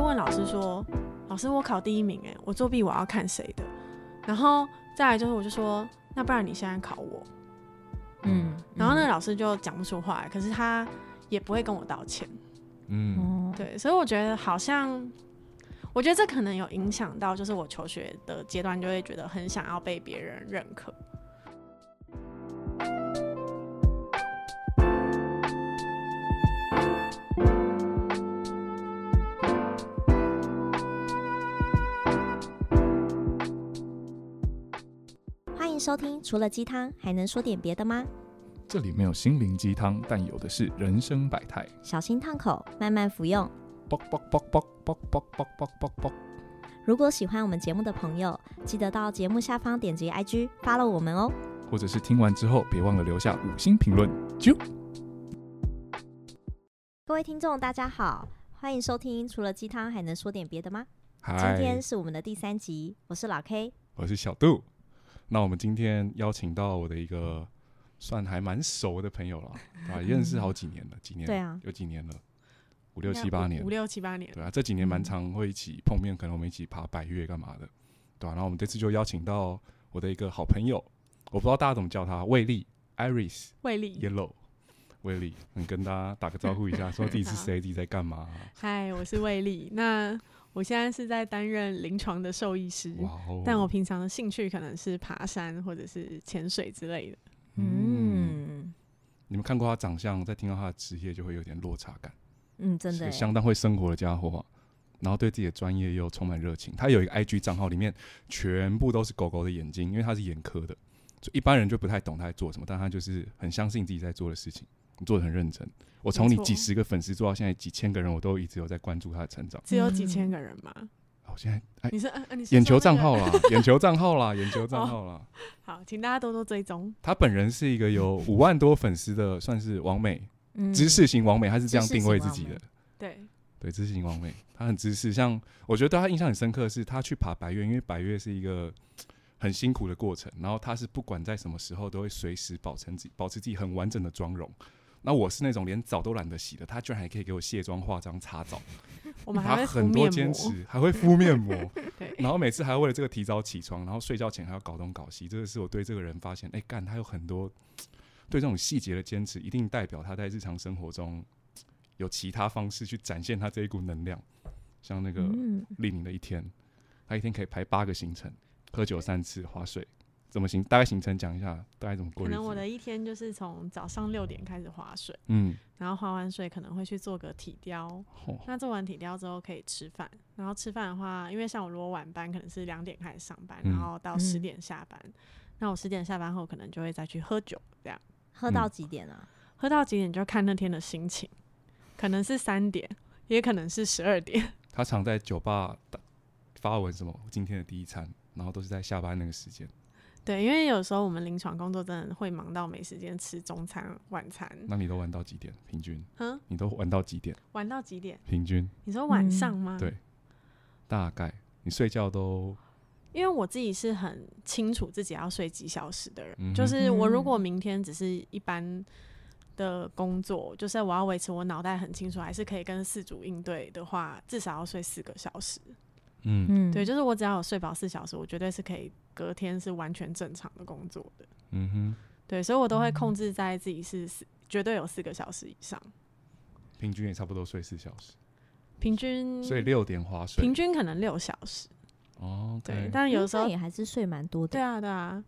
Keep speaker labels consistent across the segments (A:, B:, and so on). A: 说：“老师，我考第一名、欸，哎，我作弊我要看谁的。”然后再来就是我就说：“那不然你现在考我。
B: 嗯，”
A: 然后那个老师就讲不出话来，可是他也不会跟我道歉。
B: 嗯，
C: 嗯，
B: 哦，
A: 对，所以我觉得好像，我觉得这可能有影响到，就是我求学的阶段就会觉得很想要被别人认可。
D: 欢迎收听，除了鸡汤还能说点别的吗？
C: 这里没有心灵鸡汤，但有的是人生百态。
D: 小心烫口，慢慢服用。
C: 啵啵啵啵啵啵啵啵啵啵。
D: 如果喜欢我们节目的朋友，记得到节目下方点击 IG follow 我们哦。
C: 或者是听完之后，别忘了留下五星评论。啾，
D: 各位听众，大家好，欢迎收听，除了鸡汤还能说点别的吗？今
C: 嗨
D: 天，是我们的第三集，我是老 K。
C: 我是小杜。那我们今天邀请到我的一个算还蛮熟的朋友 了，啊，也认识好几年了，几年？
D: 对啊，
C: 有几年了，五六七八年
A: 五，六七八年，
C: 对啊，这几
D: 嗯
C: 年蛮常会一起碰面，可能我们一起爬百越干嘛的，对啊，然后我们这次就邀请到我的一个好朋友，我不知道大家怎么叫他，魏丽 （Iris
A: 魏丽，
C: Yellow）。魏丽，你跟大家打个招呼一 下，说自己是谁，自己在干嘛、
A: 嗨，我是魏丽。那我现在是在担任临床的兽医师，
C: 哇哦！
A: 嗯但我平常的兴趣可能是爬山或者是潜水之类的。
C: 嗯，
D: 嗯
C: 你们看过他长相，再听到他的职业，就会有点落差感。
D: 嗯，真
C: 是
D: 的
C: 个
D: 耶，
C: 相当会生活的家伙、啊，然后对自己的专业又充满热情。他有一个 IG 账号，里面全部都是狗狗的眼睛，因为他是眼科的，所以一般人就不太懂他在做什么，但他就是很相信自己在做的事情，你做的很认真。我从
A: 没
C: 你
A: 错
C: 几十个粉丝做到现在几千个人，我都一直有在关注他的成长。
A: 只有几千个人嘛？
C: 好，我现在哎，
A: 你是、啊、 你是
C: 嗯眼
A: 说
C: 球
A: 那
C: 账
A: 个
C: 号啦，眼球账号啦，眼球账
A: 哦
C: 号啦。
A: 好，请大家多多追踪。
C: 他本人是一个有五万多粉丝的，算是王美
D: 嗯
C: 知识型王美，他是这样
D: 知识
C: 定
D: 型
C: 位自
D: 王
C: 己
D: 美
C: 的。
A: 对，
C: 对，知识型王美，她很知识。像我觉得对她印象很深刻的是，她去爬白月，因为白月是一个很辛苦的过程。然后她是不管在什么时候，都会随时保持自己保持自己很完整的妆容。那我是那种连澡都懒得洗的，她居然还可以给我卸妆、化妆、擦澡，
A: 我们还
C: 她
A: 会敷
C: 很多
A: 面
C: 坚
A: 膜。
C: 持，还会敷面膜，
A: 对，
C: 然后每次还为了这个提早起床，然后睡觉前还要搞东搞西。这个是我对这个人发现，哎、干，他有很多对这种细节的坚持，一定代表他在日常生活中有其他方式去展现他这一股能量。像那个
D: 嗯，
C: 立宁的一天，他一天可以排八个行程，喝酒三次，划水，怎么行？大概行程讲一下，大概怎么过
A: 可
C: 日
A: 能我
C: 子。
A: 的一天就是从早上六点开始划水，
C: 嗯，
A: 然后划完水可能会去做个体雕。
C: 哦，
A: 那做完体雕之后可以吃饭，然后吃饭的话，因为像我如果晚班可能是两点开始上班，
C: 嗯
A: 然后到十
D: 嗯
A: 点下班。那我十点下班后可能就会再去喝酒，这样
D: 喝到几点啊？
A: 喝到几点就看那天的心情，可能是三点，也可能是十二点。
C: 他常在酒吧打发文什么今天的第一餐，然后都是在下班那个时间。
A: 对，因为有时候我们临床工作真的会忙到没时间吃中餐、晚餐，
C: 那你都玩到几点？平均？
A: 嗯，
C: 你都玩到几点？
A: 玩到几点？
C: 平均
A: 你说晚
D: 嗯
A: 上吗？
C: 对大概你睡觉都
A: 因为我自己是很清楚自己要睡几小时的人，
C: 嗯哼
A: 就是我如
D: 嗯
A: 果明天只是一般的工作，就是我要维持我脑袋很清楚，还是可以跟四组应对的话，至少要睡四个小时。
C: 嗯
D: 嗯，
A: 对，就是我只要有睡饱四小时，我绝对是可以隔天是完全正常的工作的。
C: 嗯哼，
A: 对，所以我都
C: 嗯
A: 会控制在自己是四，绝对有四个小时以上，
C: 平均也差不多睡四小时，
A: 平均
C: 所以六点划水
A: 嗯平均可能六小时。
C: 哦，
A: 对，
C: OK
A: 但有
D: 那
A: 的时候
D: 也还是睡蛮多
A: 对
D: 的。
A: 啊，对啊。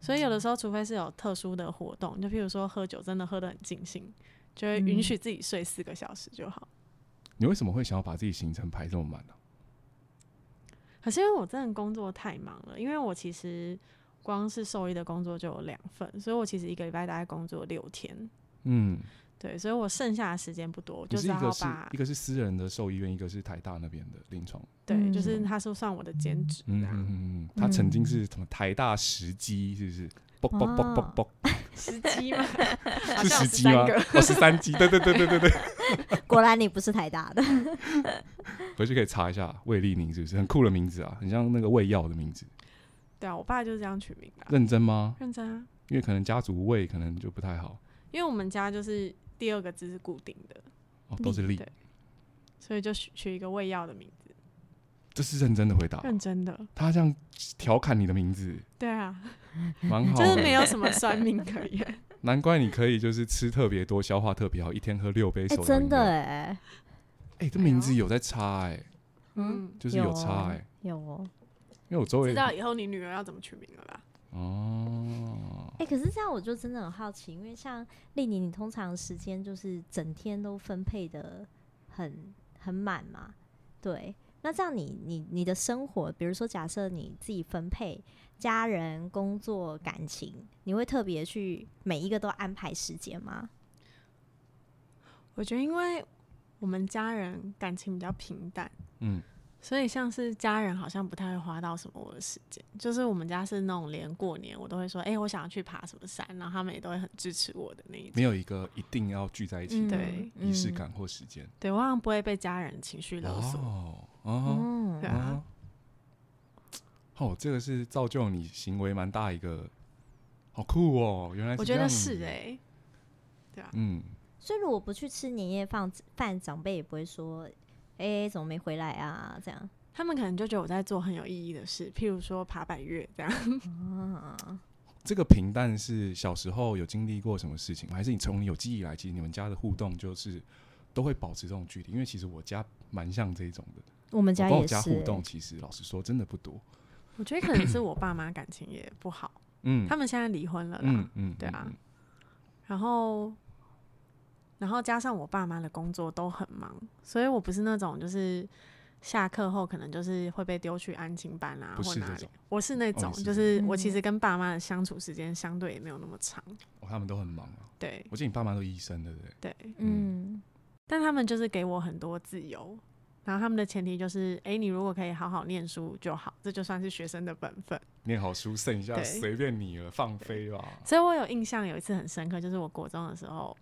A: 所以有的时候，除非是有特殊的活动，就譬如说喝酒，真的喝得很尽兴，就会允
D: 嗯
A: 许自己睡四个小时就好。
C: 你为什么会想要把自己行程排这么满呢、
A: 可是因为我真的工作太忙了，因为我其实光是兽医的工作就有两份，所以我其实一个礼拜大概工作六天。
C: 嗯，
A: 对，所以我剩下的时间不多，我
C: 你
A: 就是
C: 一
A: 要
C: 个是
A: 把
C: 一个是私人的兽医院，一个是台大那边的临床。
A: 对，就是
D: 嗯
A: 他说算我的兼 职这
C: 嗯
A: 样，
C: 嗯嗯，他曾经是什么台大石鸡，是不
A: 嗯
C: 是？啵啵啵啵啵，
A: 十鸡嘛， 好
C: 是
A: 像
C: 石
A: 有
C: 鸡
A: 13
C: 吗
A: 个？
C: 哦，十三鸡，对对对对对对，
D: 果然你不是台 大的，
C: 回去可以查一下魏立宁是不是很酷的名字啊？很像那个胃药的名字。
A: 对啊，我爸就是这样取名的啊、
C: 认真吗？
A: 认真啊，
C: 因为可能家族胃可能就不太好
A: 因为我们家就是第二个字是固定的。
C: 哦，都是
A: 力
C: 立
A: 对所以就取取一个胃药的名字。
C: 这是认真的回答。
A: 认真的，
C: 他这样调侃你的名字，
A: 对啊，
C: 蛮好
A: 就是没
C: 的。
A: 有什么算命可言。
C: 难怪你可以就是吃特别多，消化特别好，一天喝六杯
D: 哎、
C: 手摇饮料。
D: 真的哎，
C: 哎、这名字有在差哎、
D: 嗯，
A: 嗯，
C: 就是有差哎、
D: 哦有哦，
C: 因为我周围
A: 知道以后你女儿要怎么取名了吧？
C: 哦，
D: 哎、可是这样我就真的很好奇，因为像丽宁，你通常时间就是整天都分配的很很满嘛，对。那这样你你你的生活，比如说假设你自己分配家人、工作、感情，你会特别去每一个都安排时间吗？
A: 我觉得，因为我们家人感情比较平淡，
C: 嗯，
A: 所以像是家人好像不太会花到什么我的时间。就是我们家是那种连过年我都会说，哎、我想要去爬什么山，然后他们也都会很支持我的那一种。
C: 没有一个一定要聚在一
D: 嗯
C: 起的
A: 对
C: 仪式感或时间。
A: 对我好像不会被家人情绪勒索。
C: 哦哦
D: 嗯，
A: 对嗯
D: 嗯，
A: 啊
C: 哦，哦，这个是造就你行为蛮大一个，好酷哦！原来是
A: 我觉得
C: 这
A: 是
C: 样
A: 哎、
C: 子嗯，
D: 所以如果不去吃年夜饭，饭长辈也不会说，哎、怎么没回来啊？这样，
A: 他们可能就觉得我在做很有意义的事，譬如说爬百越这样。
D: 啊，
C: 这个平淡是小时候有经历过什么事情吗，还是你从你有记忆以来，其实你们家的互动就是都会保持这种距离？因为其实我家蛮像这种的，
D: 我们
C: 我
D: 家
C: 跟我
D: 也
C: 家
D: 是、欸
C: 互动其实老实说真的不多。
A: 我觉得可能是我爸妈感情也不好，
C: 嗯，
A: 他们现在离婚了啦。
C: 嗯嗯，
A: 对啊
C: 嗯，嗯
A: 然后，然后加上我爸妈的工作都很忙，所以我不是那种就是下课后可能就是会被丢去安亲班啊，
C: 不
A: 或
C: 是
A: 哪
C: 这
A: 里
C: 种。哦
A: 我是那
C: 你
A: 种，
C: 是
A: 就
C: 这
A: 是
D: 种
A: 我其
D: 嗯
A: 实跟爸妈的相处时间相对也没有那么长，
C: 哦，他们都很忙啊。
A: 对
C: 我记得你爸妈都医生，对不对？
A: 对，
D: 嗯
A: 但他们就是给我很多自由。然后他们的前提就是，哎，你如果可以好好念书就好，这就算是学生的本分。
C: 念好书，剩下
A: 对
C: 随便你了，放飞吧。
A: 所以我有印象有一次很深刻，就是我国中的时候，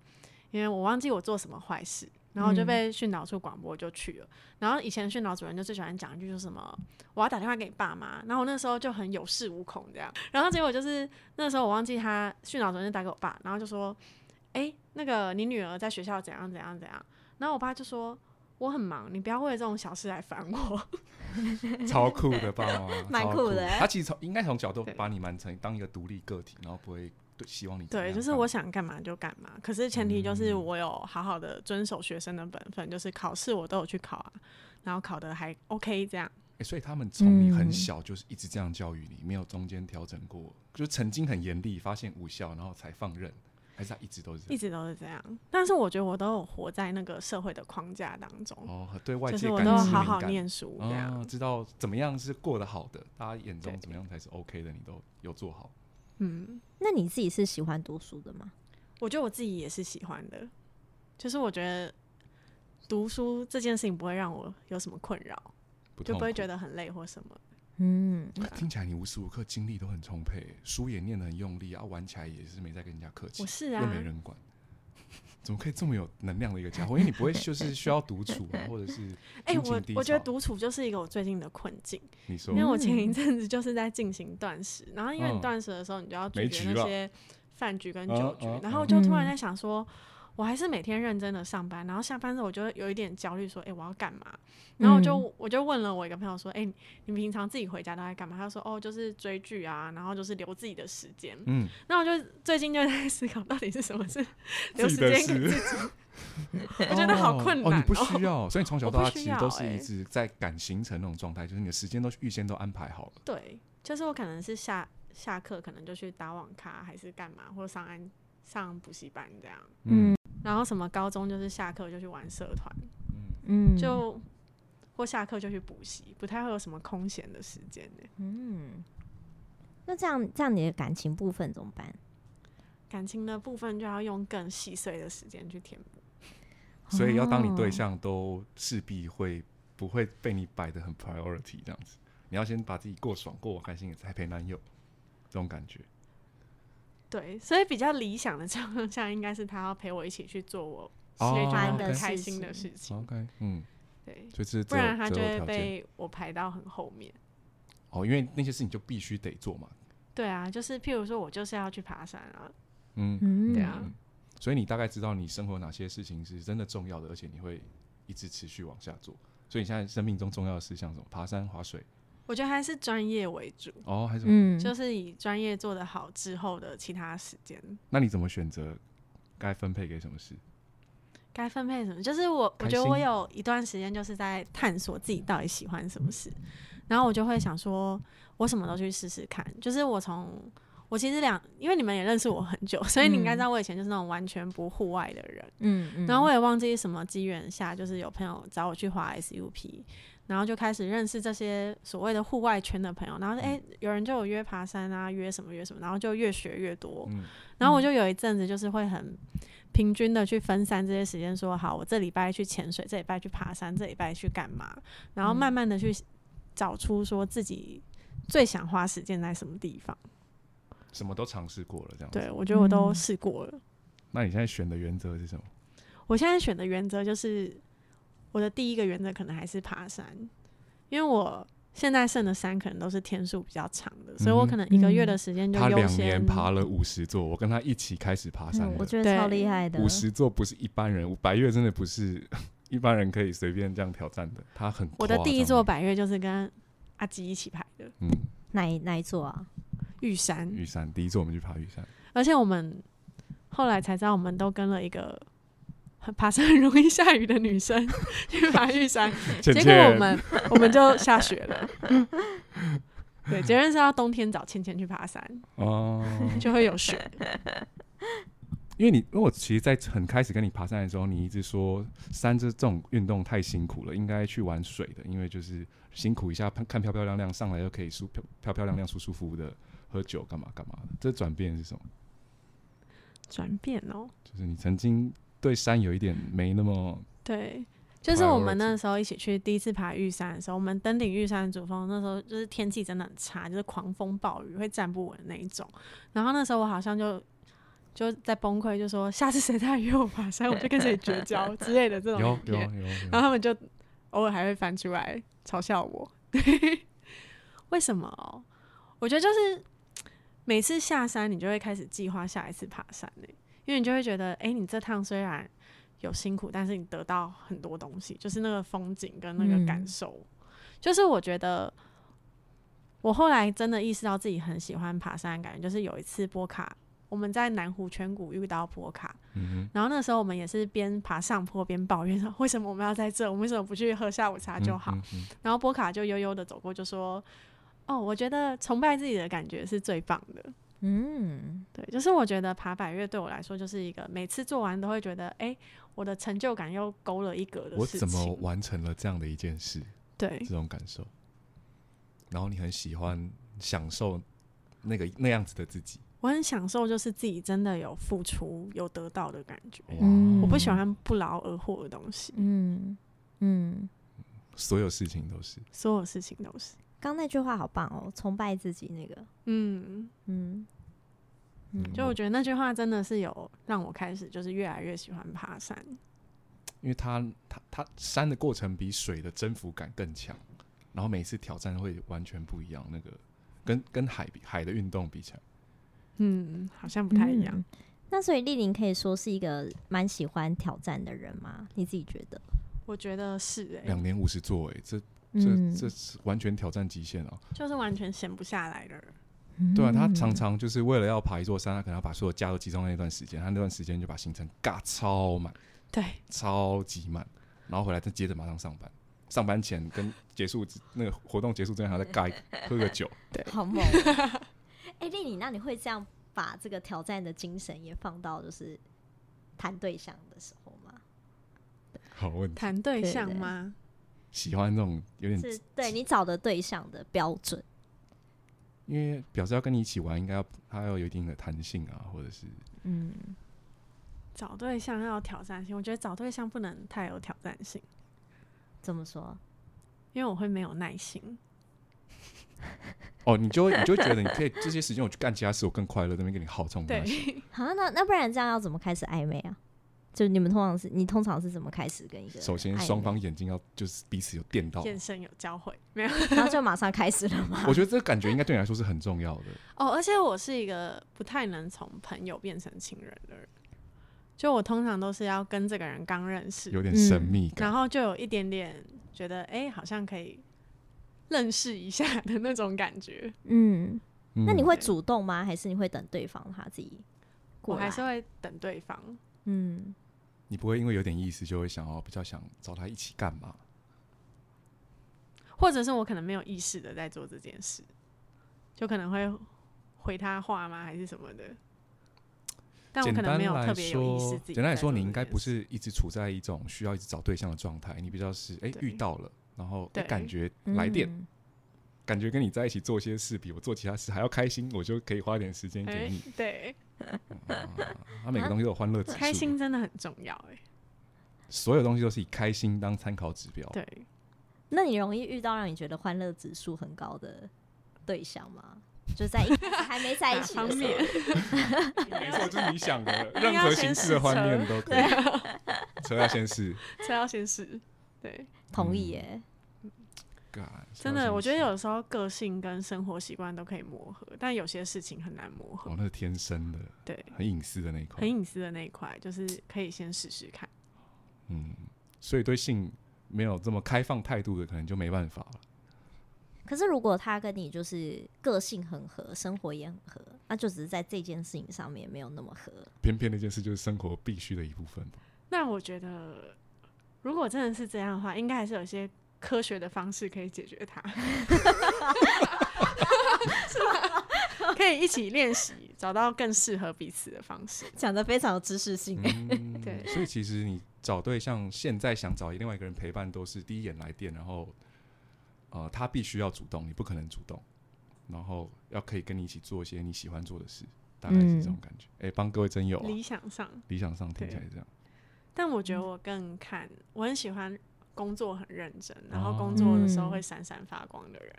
A: 因为我忘记我做什么坏事，然后就被训导处广播就去了。然后以前训导主任就最喜欢讲一句，就是什么我要打电话给你爸妈。然后我那时候就很有恃无恐这样。然后结果就是那时候我忘记他训导主任就打给我爸，然后就说：“哎、那个你女儿在学校怎样怎样怎样。”然后我爸就说。我很忙，你不要为了这种小事来烦我。
C: 超酷的爸 妈，
D: 蛮
C: 超
D: 酷的欸
C: 他其实从应该从角度
A: 对
C: 把你完成当一个独立个体，然后不会对希望你怎
A: 对，
C: 样
A: 就是
C: 干
A: 我
C: 嘛
A: 想干嘛就干嘛，可是前提就是
C: 嗯
A: 我有好好的遵守学生的本分，就是考试我都有去考啊，然后考的还 OK 这样。
C: 欸所以他们从你很
D: 嗯
C: 小就是一直这样教育你，没有中间调整过，就曾经很严厉，发现无效，然后才放任，还是他一直都是这
A: 一
C: 样？
A: 直都是这样。但是我觉得我都有活在那个社会的框架当中，
C: 哦，对外
A: 就是
C: 界
A: 我
C: 感
A: 都有
C: 知
A: 好
C: 敏
A: 好
C: 感。
A: 念书这样。
C: 啊，知道怎么样是过得好的，大家眼中
A: 对
C: 怎么样才是 OK 的，你都有做好。
A: 嗯，
D: 那你自己是喜欢读书的吗？
A: 我觉得我自己也是喜欢的，就是我觉得读书这件事情不会让我有什么困扰，
C: 不
A: 就不会觉
C: 得
A: 得很累或什么。
D: 嗯，
C: 听起来你无时无刻精力都很充沛，书也念得很用力啊，玩起来也是没在跟人家客气
A: 我。是
C: 又
A: 啊
C: 没，人管，怎么可以这么有能量的一个家伙？因为你不会就是需要独处 啊，或者是
A: 哎、
C: 心情
A: 我
C: 低
A: 我觉得
C: 潮
A: 独处就是一个我最近的困境。
C: 你说
A: 因为我前
D: 嗯
A: 一阵子就是在进行断食，然后因为你
C: 嗯
A: 断食的时候，你就要
C: 没
A: 拒绝
C: 局
A: 那
C: 了
A: 些饭局跟
C: 嗯
A: 酒局
C: 嗯，
A: 然后我
C: 嗯
A: 就突然在想说，我还是每天认真的上班，然后下班之后我就有一点焦虑，说，哎，我要干嘛？然后我就
C: 嗯
A: 我就问了我一个朋友说，哎，你你平常自己回家都在干嘛？他说，哦，就是追剧啊，然后就是留自己的时间。
C: 嗯，
A: 那我就最近就在 思考，到底是什么是留时
C: 自己的
A: 间给
C: 事，
A: 我觉得好困
C: 哦。哦，
A: 难
C: 你不
A: 哦
C: 需要，所以你从小
A: 我
C: 到
A: 不
C: 大
A: 需
C: 其实都
A: 要
C: 是
A: 欸
C: 一直在赶行程那种状态，就是你的时间都预先都安排好了。
A: 对，就是我可能是下下课可能就去打网咖，还是干嘛，或者上安上补习班这样。
D: 嗯
A: 然后什么高中就是下课就去玩社团，
D: 嗯，
A: 就或下课就去补习，不太会有什么空闲的时间呢。
D: 嗯，那这样这样你的感情部分怎么办？
A: 感情的部分就要用更细碎的时间去填补。
C: 所以要当你对
D: 哦
C: 象都势必会不会被你摆的很 priority 这样子，你要先把自己过爽过我开心，才陪男友这种感觉。
A: 对，所以比较理想的状况下，应该是他要陪我一起去做我
C: 哦
A: 所以就会
C: 玩的
A: 很
D: 事
A: 开心的
D: 情
A: 事情。
C: OK，嗯，
A: 对，
C: 就是
A: 不
C: 择
A: 然
C: 偶
A: 他就
C: 择偶
A: 会
C: 条件
A: 被我排到很后面。
C: 哦，因为那些事情就必须得做嘛。
A: 对啊，就是譬如说，我就是要去爬山啊，
C: 嗯，
D: 嗯
A: 对啊
C: 嗯所以你大概知道你生活哪些事情是真的重要的，而且你会一直持续往下做。所以你现在生命中重要的事像什么？爬山、划水，
A: 我觉得还是专业为主，
C: 哦，还是什么？
D: 嗯，
A: 就是以专业做得好之后的其他时间
C: 那你怎么选择该分配给什么事？
A: 该分配什么。就是我，我
C: 开
A: 觉得我
C: 心
A: 有一段时间就是在探索自己到底喜欢什么事，
C: 嗯
A: 然后我就会想说，我什么都去试试看。就是我从我其实两，因为你们也认识我很久，所以你应该
C: 嗯
A: 知道我以前就是那种完全不户外的人。
D: 嗯嗯，
A: 然后我也忘记什么机缘下，就是有朋友找我去滑 SUP，然后就开始认识这些所谓的户外圈的朋友。然后哎、诶有人就有约爬山啊，约什么约什么，然后就越学越多。
C: 嗯，
A: 然后我就有一阵子就是会很平均的去分散这些时间，说好我这礼拜去潜水，这礼拜去爬山，这礼拜去干嘛，然后慢慢的去找出说自己最想花时间在什么地方。
C: 什么都尝试过了，这样子。
A: 对我觉得我都
D: 嗯
A: 试过了。
C: 那你现在选的原则是什么？
A: 我现在选的原则就是，我的第一个原则可能还是爬山，因为我现在剩的山可能都是天数比较长的，所以
C: 嗯
A: 我可能一个月的时间就
C: 他
A: 优
C: 两
A: 先
C: 年爬了五十座，我跟他一起开始爬山
D: 嗯我
C: 的。
D: 觉得超
A: 对
D: 厉害的，
C: 五十座不是一般人，白月真的不是 一般人可以随便这样挑战的，他很
A: 我的
C: 夸
A: 第一
C: 张欸
A: 座，百越就是跟阿吉一起排的
C: 嗯，
D: 哪一哪一座啊？
A: 玉山，
C: 玉山第一座我们去爬玉山，
A: 而且我们后来才知道，我们都跟了一个很爬山很容易下雨的女 生去爬玉山，
C: 倩
A: 结果我
C: 倩
A: 们我们就下雪了。对，结论是要冬天找倩倩去爬山，
C: 哦，
A: 就会有雪。
C: 因为你，因为我其实，在很开始跟你爬山的时候，你一直说山这这种运动太辛苦了，应该去玩水的，因为就是辛苦一下，看看漂漂亮亮上来就可以舒漂漂漂亮亮、舒舒服服的喝酒，干嘛干嘛的。这转变是什么？
A: 转变哦，
C: 就是你曾经对山有一点没那么
A: 对，就是我们
C: Priority
A: 那时候一起去第一次爬玉山的时候，我们登顶玉山主峰，那时候就是天气真的很差，就是狂风暴雨，会站不稳那一种。然后那时候我好像就就在崩溃，就说下次谁再约我爬山，我就跟谁绝 交之类的这
C: 有
A: 种
C: 有
A: 影
C: 有
A: 片。
C: 有
A: 然后他们就偶尔还会翻出来嘲笑我， 为什么哦？我觉得就是每次下山，你就会开始计划下一次爬山呢、因为你就会觉得，哎、你这趟虽然有辛苦，但是你得到很多东西，就是那个风景跟那个感
D: 嗯
A: 受。就是我觉得，我后来真的意识到自己很喜欢爬山的感觉，就是有一次波卡，我们在南湖泉谷遇到波卡，
C: 嗯
A: 然后那时候我们也是边爬上坡边抱怨说，为什么我们要在这？我们为什么不去喝下午茶
C: 哼，
A: 就好？
C: 嗯嗯
A: 然后波卡就悠悠的走过，就说：“哦，我觉得崇拜自己的感觉是最棒的。
D: 嗯，
A: 对，就是我觉得爬百越对我来说就是一个每次做完都会觉得，哎、我的成就感又勾了一格的
C: 我
A: 事
C: 怎么
A: 情。
C: 完成了这样的一件事？
A: 对
C: 这种感受，然后你很喜欢享受那个那样子的自己，
A: 我很享受，就是自己真的有付出、有得到的感觉。
C: 哇，
D: 嗯
A: 我不喜欢不劳而获的东西，
D: 嗯嗯，
C: 所有事情都是。
A: 所有事情都是。
D: 刚那句话好棒哦，崇拜自己那个，
A: 嗯，
D: 嗯嗯，
A: 就我觉得那句话真的是有让我开始就是越来越喜欢爬山。
C: 因为它它它山的过程比水的征服感更强，然后每次挑战会完全不一样，那个跟跟海比海的运动比起来，
A: 嗯，好像不太一样。
D: 嗯那所以丽玲可以说是一个蛮喜欢挑战的人吗？你自己觉得？
A: 我觉得是哎、
C: 两年五十座哎、这
D: 嗯
C: 这这是完全挑战极限啊！
A: 就是完全闲不下来的人。
C: 对啊，他
D: 嗯
C: 常常就是为了要爬一座山，他可能要把所有假都集中在那段时间，他那段时间就把行程尬超满，
A: 对，
C: 超级满，然后回来再接着马上上班。上班前跟结束之那个活动结束之前还要再尬一喝个酒，
D: 好猛哦！ 哎，丽玲，那你会这样把这个挑战的精神也放到就是谈对象的时候吗？
C: 好问题。
A: 谈对
D: 对
A: 象
D: 对
A: 吗？
C: 喜欢这种有点
D: 是对你找的对象的标准？
C: 因为表示要跟你一起玩，应该要他要有一定的弹性啊，或者是
D: 嗯，
A: 找对象要有挑战性，我觉得找对象不能太有挑战性，
D: 怎么说？
A: 因为我会没有耐心。
C: 哦，你就会你就会觉得你可以这些时间我去干其他事，我更快乐，这边跟你好冲
A: 对
C: 他，
D: 好，那那不然这样要怎么开始暧昧啊？就你们通常是你通常是怎么开始跟一个人
C: 首先
D: 暧昧
C: 双方眼睛要就是彼此有电到，
A: 眼神有交汇没有？
D: 然后就马上开始了吗？
C: 我觉得这个感觉应该对你来说是很重要的。
A: 哦，而且我是一个不太能从朋友变成情人的人，就我通常都是要跟这个人刚认识，嗯
C: 有点神秘感。
A: 然后就有一点点觉得哎、诶好像可以认识一下的那种感觉。
D: 嗯，那你
C: 嗯
D: 会
A: 对
D: 主动吗？还是你会等对方他自己
A: 我
D: 过来？
A: 还是会等对方，
D: 嗯，
C: 你不会因为有点意思就会想要比较想找他一起干嘛？
A: 或者是我可能没有意识的在做这件事，就可能会回他话吗，还是什么的？但我
C: 简
A: 可能
C: 单
A: 没有
C: 来
A: 特别有意识
C: 说
A: 自，己。
C: 简单来说，你应该不，是一直处在一种需要一直找对象的状态，你比较是哎、
A: 对
C: 遇到了，然后、哎
A: 对
C: 感觉来电，
D: 嗯
C: 感觉跟你在一起做些事比我做其他事还要开心，我就可以花点时间
A: 哎、
C: 给你。
A: 对，
C: 啊，他每个东西都有欢乐指数，
A: 哎开心真的很重要、哎，
C: 所有东西都是以开心当参考指标。
A: 对，
D: 那你容易遇到让你觉得欢乐指数很高的对象吗？就在 一开始还没在一
A: 哪
D: 起
A: 方
D: 的时
A: 面
D: 候，？
C: 没错，就是你 想的，
A: 定
C: 任
A: 要
C: 何
A: 先
C: 形式的
A: 试
C: 欢
A: 车
C: 面都可
A: 对
C: 以。
A: 啊，
C: 车要先试，
A: 这要先试。对，
D: 同意
C: 嗯
D: 耶、
C: God，车
A: 真
C: 要
A: 的，
C: 先
A: 我觉得
C: 试
A: 有时候个性跟生活习惯都可以磨合，但有些事情很难磨合
C: 哦，。那是天生的，
A: 对，
C: 很隐私的那一块
A: 很。隐私的那一块，就是可以先试试看。
C: 嗯，所以对性没有这么开放态度的，可能就没办法了。
D: 可是如果他跟你就是个性很合，生活也很合，那就只是在这件事情上面没有那么合。
C: 偏偏那件事就是生活必须的一部分。
A: 那我觉得，如果真的是这样的话，应该还是有一些科学的方式可以解决它， 是吧？可以一起练习，找到更适合彼此的方式。
D: 讲的非常有知识性、
C: 嗯，
A: 对
C: 所以其实你找对象，现在想找另外一个人陪伴，都是第一眼来电，然后呃，他必须要主动，你不可能主动，然后要可以跟你一起做一些你喜欢做的事，大概是这种感觉。
A: 嗯
C: 哎、帮、各位真友、啊，
A: 理想上，
C: 理想上听起来
A: 对
C: 是这样，
A: 但我觉得我更看，我很喜欢工作很认真，然后工作的时候会闪闪发光的人。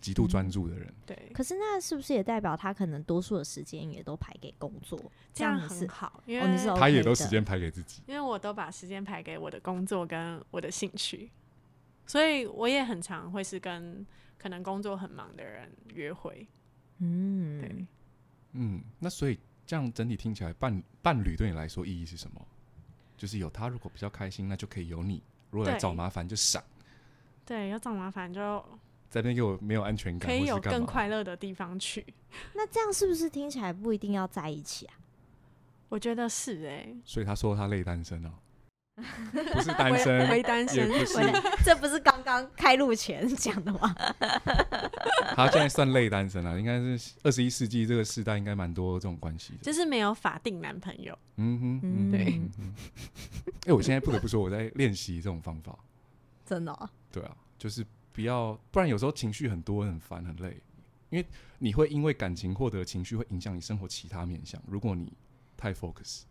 C: 极度专注的人，
A: 对，
D: 可是那是不是也代表他可能多数的时间也都排给工作？
A: 这
D: 样
A: 样
D: 你是
A: 很好，因
D: 哦
A: 为
D: 你是 OK
C: 他也都
D: 的
C: 时间排给自己。
A: 因为我都把时间排给我的工作跟我的兴趣，所以我也很常会是跟可能工作很忙的人约会。对，
D: 嗯，
C: 嗯，那所以这样整体听起来，伴伴侣对你来说意义是什么？就是有他，如果比较开心，那就可以有你；如果来
A: 对
C: 找麻烦，就闪，
A: 对，要找麻烦就
C: 在那边给我没有安全感，
A: 可以
C: 或
A: 有
C: 是干
A: 更
C: 嘛
A: 快乐的地方去。
D: 那这样是不是听起来不一定要在一起啊？
A: 我觉得是哎、
C: 所以他说他累 单身啊，不是单
A: 微
C: 身，
A: 微单
C: 也
A: 身
C: 不是，
D: 这不是刚刚开录前讲的吗？
C: 他现在算累单身啊了，应该是二十一世纪这个时代应该蛮多这种关系的。
A: 就是没有法定男朋友。
C: 嗯哼，嗯
D: 对
C: 哎、嗯哼诶我现在不得不说，我在练习这种方法。
D: 真的、哦，
C: 对啊，就是不要，不然有时候情绪很多，很烦，很累，因为你会因为感情获得的情绪会影响你生活其他面向。如果你太 focus，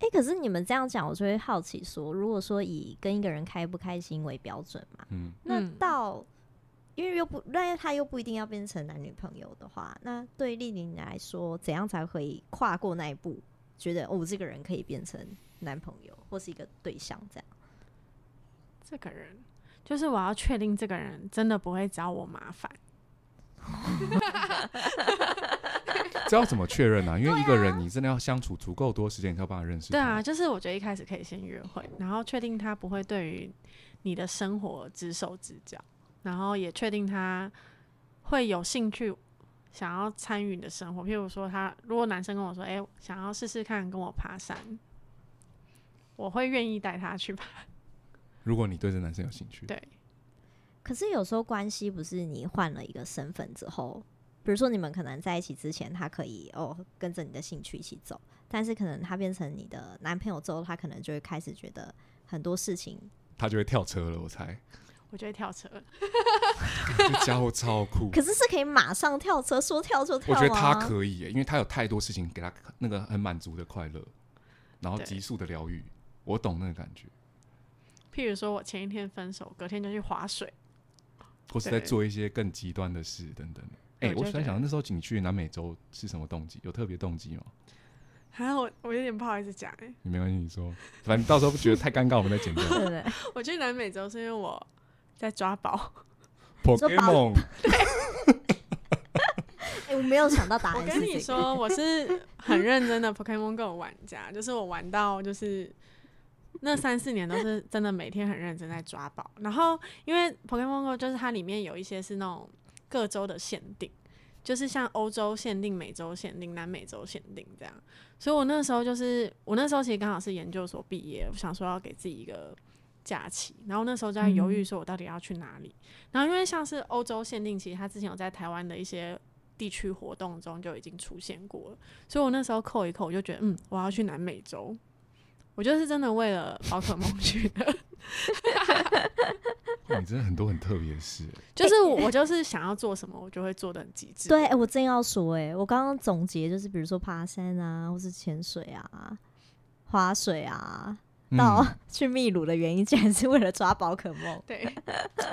D: 哎、可是你们这样讲，我就会好奇说，如果说以跟一个人开不开心为标准嘛，
C: 嗯，
D: 那
A: 嗯
D: 到、因为又不，那他又不一定要变成男女朋友的话，那对丽玲来说，怎样才会跨过那一步，觉得哦，我这个人可以变成男朋友或是一个对象这样？
A: 这个人就是我要确定这个人真的不会找我麻烦。
C: 这要怎么确认呢、啊因为一个人你真的要相处足够多时间，你才有办法认识。
A: 对啊，，就是我觉得一开始可以先约会，然后确定他不会对于你的生活指手指脚，然后也确定他会有兴趣想要参与你的生活。譬如说他，如果男生跟我说：“哎、想要试试看跟我爬山”，我会愿意带他去爬。
C: 如果你对这男生有兴趣，
A: 对，
D: 可是有时候关系不是你换了一个身份之后，比如说你们可能在一起之前，他可以哦跟着你的兴趣一起走，但是可能他变成你的男朋友之后，他可能就会开始觉得很多事情
C: 他就会跳车了。我猜，
A: 我就会跳车。
C: 这家伙超酷。
D: 可是是可以马上跳车，说跳
A: 啊
D: 就跳
C: 我
D: 吗？
C: 觉得他可以耶、因为他有太多事情给他那个很满足的快乐，然后
A: 对
C: 急速的疗愈。我懂那个感觉，
A: 譬如说我前一天分手，隔天就去划水。
C: 或是在
A: 对
C: 做一些更极端的事等等。哎、
A: 对
C: 我
A: 就
C: 突然
A: 觉
C: 想，
A: 得
C: 那时候你去南美洲是什么动机？有特别 动机吗？
A: 啊，我我有点不好意思讲哎、
C: 你没关系，你说，反正到时候觉得太尴尬，我们再 剪掉。
D: 对不对？
A: 我去南美洲是因为我在抓宝，
D: 说把
C: Pokemon，
D: 哎、我没有想到答
A: 我
D: 案
A: 跟
D: 是
A: 你
D: 这个。
A: 说，我是很认真的 Pokemon Go 玩家，就是我玩到就是那三四年都是真的每天很认真在抓宝。然后因为 Pokemon Go 就是它里面有一些是那种各州的限定，就是像欧洲限定、美洲限定、南美洲限定这样。所以我那时候就是我那时候其实刚好是研究所毕业，我想说要给自己一个。假期，然后那时候就在
D: 嗯
A: 犹豫，说我到底要去哪里。然后因为像是欧洲限定，其实它之前有在台湾的一些地区活动中就已经出现过了，所以我那时候扣一扣，我就觉得，嗯，我要去南美洲。我就是真的为了宝可梦去的，
C: 哇你真的很多很特别的事欸，
A: 就是我我就是想要做什么，我就会做的很极致。
D: 对，哎我正要说、哎，我刚刚总结就是，比如说爬山啊，或是潜水啊、划水啊，到 去秘鲁的原因，竟然是为了抓宝可梦。
A: 对，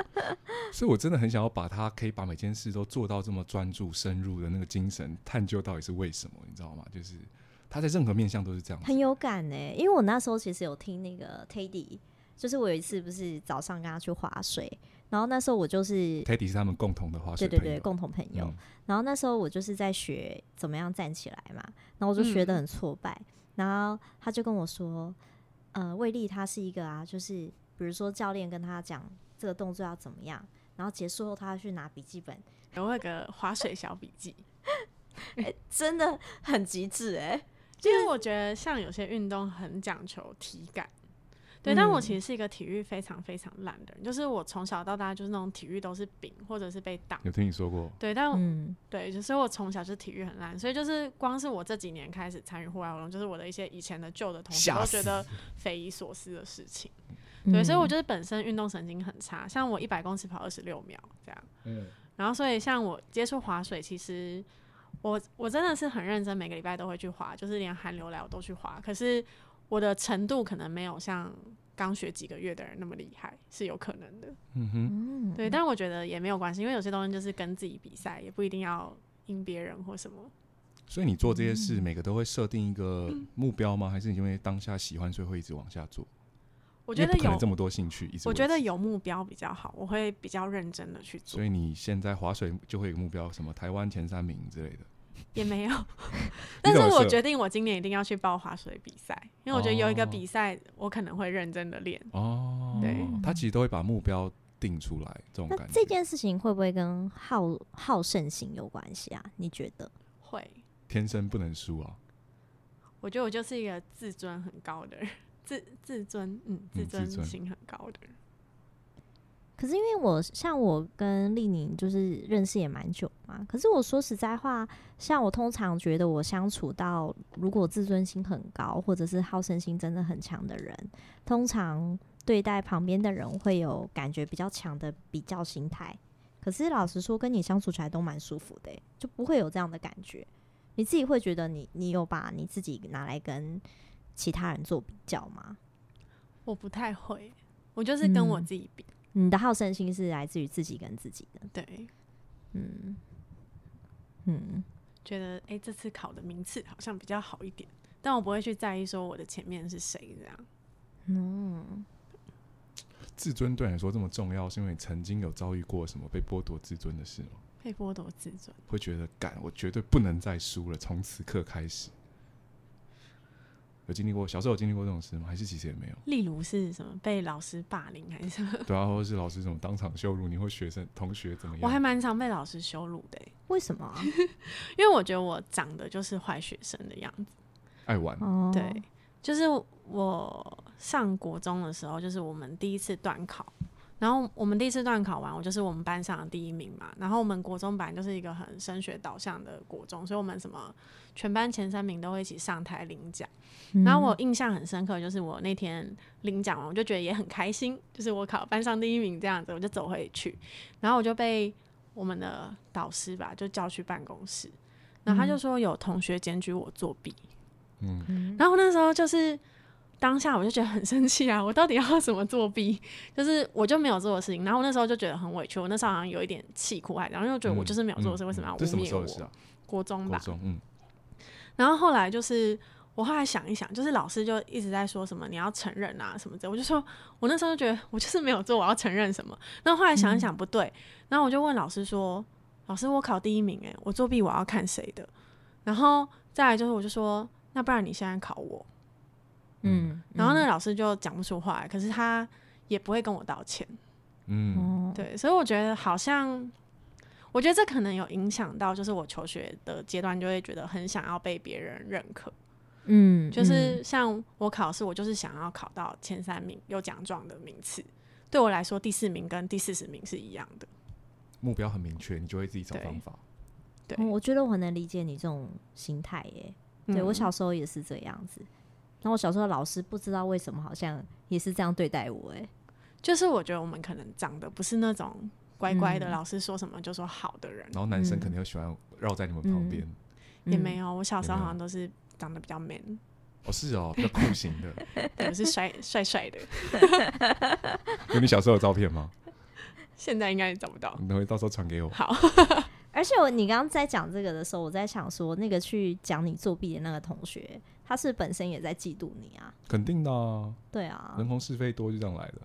C: 所以我真的很想要把他可以把每件事都做到这么专注、深入的那个精神，探究到底是为什么，你知道吗？就是他在任何面向都是这样子
D: 很。有感呢、因为我那时候其实有听那个 Teddy，就是我有一次不是早上跟他去划水，然后那时候我就是。
C: Teddy 是他们共同的划
D: 对
C: 水
D: 对
C: 朋友，
D: 对，共同朋友。
C: 嗯
D: 然后那时候我就是在学怎么样站起来嘛，然后我
A: 嗯
D: 就学得很挫败。然后他就跟我说，呃，魏丽她是一个啊，就是比如说教练跟他讲这个动作要怎么样，然后结束后他要去拿笔记本，
A: 我有个划水小笔记，
D: 真的很极致哎、
A: 因为我觉得像有些运动很讲求体感，对，但我
D: 嗯
A: 其实是一个体育非常非常烂的人，就是我从小到大就是那种体育都是饼或者是被挡。
C: 有听你说过，
A: 对，但
D: 嗯，
A: 对，就是我从小就是体育很烂，所以就是光是我这几年开始参与户外活动，就是我的一些以前的旧的同学
C: 吓
A: 都
C: 死
A: 觉 得匪夷所思的事情。对，
C: 嗯
A: 所以我
D: 就
A: 就是本身运动神经很差，像我一百公尺跑二十六秒这样，
C: 嗯，
A: 然后所以像我接触滑水，其实我我真的是很认真，每个礼拜都会去滑，就是连寒流来我都去滑，可是我的程度可能没有像刚学几个月的人那么厉害，是有可能的。
C: 嗯哼，
D: 嗯
A: 对，但我觉得也没有关系，因为有些东西就是跟自己比赛，也不一定要赢别人或什么。
C: 所以你做这些
D: 嗯
C: 事，每个都会设定一个目标吗？还是你因为当下喜欢，所以会一直往下做？
A: 我
C: 我
A: 觉得
C: 不可能这
A: 有，
C: 么多兴趣，一直
A: 我
C: 维
A: 觉得
C: 持。
A: 有目标比较好，我会比较认真的去做
C: 所。以你现在划水就会有个目标，什么台湾前三名之类的。
A: 也没有， 但是
C: 怎么
A: 我
C: 设
A: 决定我今年一定要去报滑水比赛，因为我觉得有一个
C: 哦
A: 比赛我可能会认真的练。
C: 哦，
A: 对
C: 他其实都会把目标定出来，这种
D: 那
C: 感觉。
D: 这件事情会不会跟好好胜心有关系啊？你觉得？
A: 会，
C: 天生不能输啊，
A: 我觉得我就是一个自尊很高的人，自自尊，嗯，自
C: 嗯自
A: 尊
C: 尊
A: 心很高的人。
D: 可是因为我像我跟丽宁就是认识也蛮久嘛，可是我说实在话，像我通常觉得我相处到如果自尊心很高或者是好胜心真的很强的人，通常对待旁边的人会有感觉比较强的比较心态。可是老实说，跟你相处起来都蛮舒服的欸、就不会有这样的感觉。你自己会觉得你你有把你自己拿来跟其他人做比较吗？
A: 我不太会，我就是跟我
D: 嗯
A: 自己比。
D: 你的好胜心是来自于自己跟自己的，
A: 对，
D: 嗯嗯。
A: 觉得诶，这次考的名次好像比较好一点，但我不会去在意说我的前面是谁这样。
D: 嗯，
C: 自尊对你来说这么重要，是因为你曾经有遭遇过什么被剥夺自尊的事吗？
A: 被剥夺自尊，
C: 会觉得干，我绝对不能再输了，从此刻开始。有经历过小时候有经历过这种事吗？还是其实也没有？
A: 例如是什么被老师霸凌还是什么？
C: 对啊，或者是老师怎么当场羞辱你，或学生同学怎么样？
A: 我还蛮常被老师羞辱的欸、
D: 为什 么啊？
A: 因为我觉得我长得就是坏学生的样子。
C: 爱玩，
D: 哦，
A: 对，就是我上国中的时候，就是我们第一次段考，然后我们第一次段考完，我就是我们班上的第一名嘛。然后我们国中本来就是一个很升学导向的国中，所以我们什么全班前三名都会一起上台领奖。
D: 嗯
C: 嗯
A: 然后我印象很深刻，就是我那天领奖完，我就觉得也很开心，就是我考班上第一名这样子，我就走回去，然后我就被我们的导师吧就叫去办公室，然后他就说有同学检举我作弊，
C: 嗯，
D: 嗯，
A: 然后那时候就是当下我就觉得很生气啊，我到底要怎么作弊？就是我就没有做的事情，然后我那时候就觉得很委屈，我那时候好像有一点气哭还然后就觉得我就是没有做的事，
C: 嗯
A: 为什么要污
C: 这什么时
A: 蔑
C: 候的事
A: 我？
C: 啊？
A: 国中
C: 高
A: 吧，
C: 中，嗯，
A: 然后后来就是我后来想一想，就是老师就一直在说什么你要承认啊什么的，我就说我那时候就觉得我就是没有做，我要承认什么。那后来想一想不对，然后我就问老师说：“老师，我考第一名、欸，我作弊我要看谁的？”然后再来就是我就说：“那不然你现在考我。”
D: 嗯，
A: 然后那
D: 嗯
A: 个老师就讲不出话来，可是他也不会跟我道歉。
C: 嗯
D: 哦，
A: 对，所以我觉得好像，我觉得这可能有影响到，就是我求学的阶段就会觉得很想要被别人认可，
D: 嗯，
A: 就是像我考试，我就是想要考到前三名有奖状的名次，对我来说第四名跟第四十名是一样的。
C: 目标很明确，你就会自己找
A: 对
C: 方法。
A: 对，
D: 嗯、哦我觉得我很能理解你这种心态耶。对我
A: 嗯
D: 小时候也是这样子，然后我小时候的老师不知道为什么好像也是这样对待我哎。
A: 就是我觉得我们可能长得不是那种乖乖的，
D: 嗯
A: 老师说什么就说好的人，
C: 然后男生
D: 嗯
C: 肯定会喜欢绕在你们旁边。
A: 嗯也没
D: 有，
A: 有。我小时候
C: 也没有
A: 好像都是长得比较 man，
C: 哦，是哦，比较酷型的。
A: 对我是帅帅帅的，
C: 有你小时候有照片吗？
A: 现在应该也找不到。
C: 你等会到时候传给我。
A: 好，
D: 而且我你刚刚在讲这个的时候，我在想说，那个去讲你作弊的那个同学，他是本身也在嫉妒你啊？
C: 肯定的啊，
D: 对啊，
C: 人红是非多就这样来的。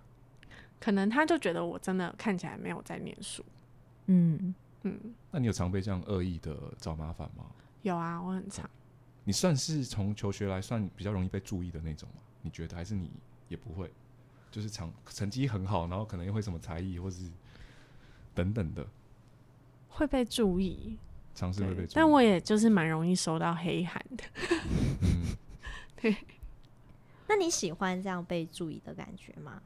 A: 可能他就觉得我真的看起来没有在念书。
D: 嗯，
A: 嗯，
C: 那你有常被这样恶意的找麻烦吗？
A: 有啊，我很常。
C: 你算是从求学来算比较容易被注意的那种吗？你觉得还是你也不会？就是常成绩很好，然后可能又会什么才艺，或是等等的，
A: 会被注意，
C: 尝试会被
A: 对
C: 注意。，
A: 但我也就是蛮容易收到黑函的。
C: 嗯，
D: 那你喜欢这样被注意的感觉吗？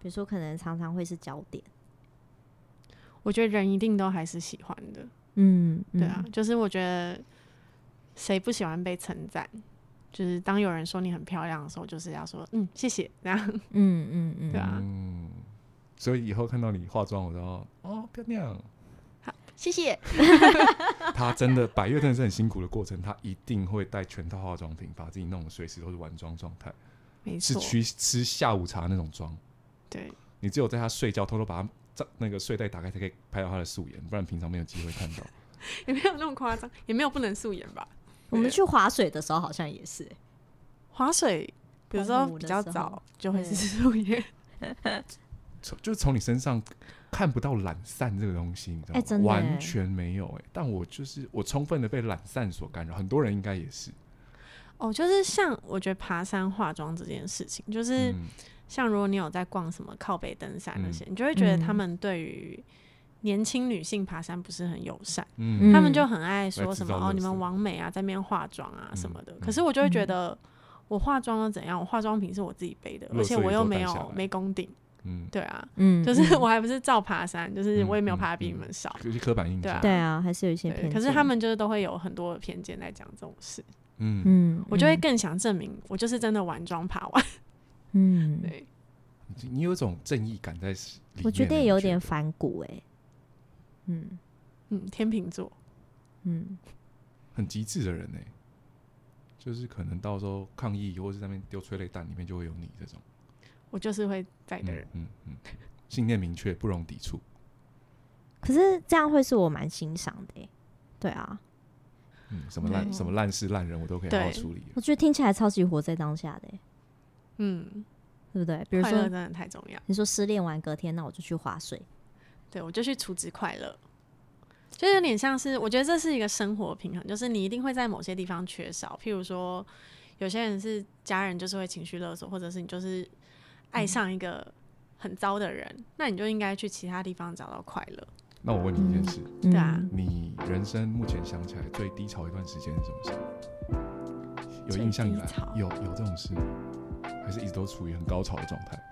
D: 比如说，可能常常会是焦点。
A: 我觉得人一定都还是喜欢的，
D: 嗯，
A: 对啊，就是我觉得谁不喜欢被称赞？就是当有人说你很漂亮的时候，就是要说嗯谢谢，然后
D: 嗯，嗯嗯
A: 对啊
C: 嗯，所以以后看到你化妆，我都要哦漂 亮。
A: 谢谢。
C: 她真的百月真的是很辛苦的过程，她一定会带全套化妆品，把自己弄得随时都是完妆状态，
A: 没
C: 是
A: 错，
C: 去吃下午茶那种妆。
A: 对，
C: 你只有在她睡觉偷偷把她帐那个睡袋打开，才可以拍到她的素颜，不然平常没有机会看 到。
A: 也没有那么夸张，也没有不能素颜吧。
D: 我们去划水的时候好像也是，
A: 划水有时候比较
D: 澎湖的时候
A: 早就会是素颜，
C: 从就是从你身上看不到懒散这个东西，你知道吗？
D: 哎真的哎
C: 完全没有哎、但我就是我充分的被懒散所干扰，很多人应该也是。
A: 哦，就是像我觉得爬山化妆这件事情，就是
C: 嗯，
A: 像如果你有在逛什么靠北登山那
C: 嗯
A: 些，你就会觉得他
D: 嗯
A: 们对于年轻女性爬山不是很友善，
C: 嗯
A: 他们就很爱说
C: 制
A: 什么
C: 造
A: 哦，
C: 垃
A: 你们
C: 圾
A: 王美啊，在那边化妆啊什
C: 嗯
A: 么的。
C: 嗯
A: 可是我就会觉得。我化妆又怎样？我化妆品是我自己背的，而
C: 垃
A: 且
C: 圾
A: 我
C: 也
A: 又
C: 都
A: 没
C: 带下
A: 有
C: 来
A: 没功顶，
C: 嗯，
A: 对啊，
D: 嗯
A: 就是我还不是照爬山，就是
C: 嗯
A: 我也没有
C: 嗯
A: 爬的比你
C: 嗯
A: 们少，
C: 有些刻板印
A: 对啊
C: 象。
D: 对啊，还是有一些
A: 对，
D: 偏见。
A: 可是他，们就是都会有很多的偏见在讲这种事，
C: 嗯，
D: 嗯，
A: 我就会更想证明我就是真的玩妆爬完。
D: 嗯，嗯
A: 对，
C: 你有一种正义感在里面。
D: 我觉得
C: 欸
D: 也有点反骨哎，嗯
A: 嗯，天秤座，
D: 嗯，
C: 很极致的人哎、就是可能到时候抗议或是在那边丢催泪弹，里面就会有你这种。
A: 我就是会在的
C: 嗯
A: 人。
C: 嗯嗯，信念明确，不容抵触。
D: 可是这样会是我蛮欣赏的欸，对啊，
C: 嗯，什么烂
A: 对
C: 什么烂事烂人，我都可以好好
A: 对
C: 处理。
D: 我觉得听起来超级活在当下的欸，
A: 嗯，
D: 对不对？比如
A: 快乐真
D: 说
A: 的太重要。
D: 你说失恋完隔天，那我就去划水，
A: 对我就去除职快乐，就有点像是我觉得这是一个生活平衡，就是你一定会在某些地方缺少，譬如说有些人是家人就是会情绪勒索，或者是你就是爱上一个很糟的人，那你就应该去其他地方找到快乐。
C: 那我问你一件事，
A: 对啊
D: 嗯，
C: 你人生目前想起来最低潮一段时间是什么时候？有印象以来
A: 最低潮，
C: 有有这种事吗？还是一直都处于很高潮的状态？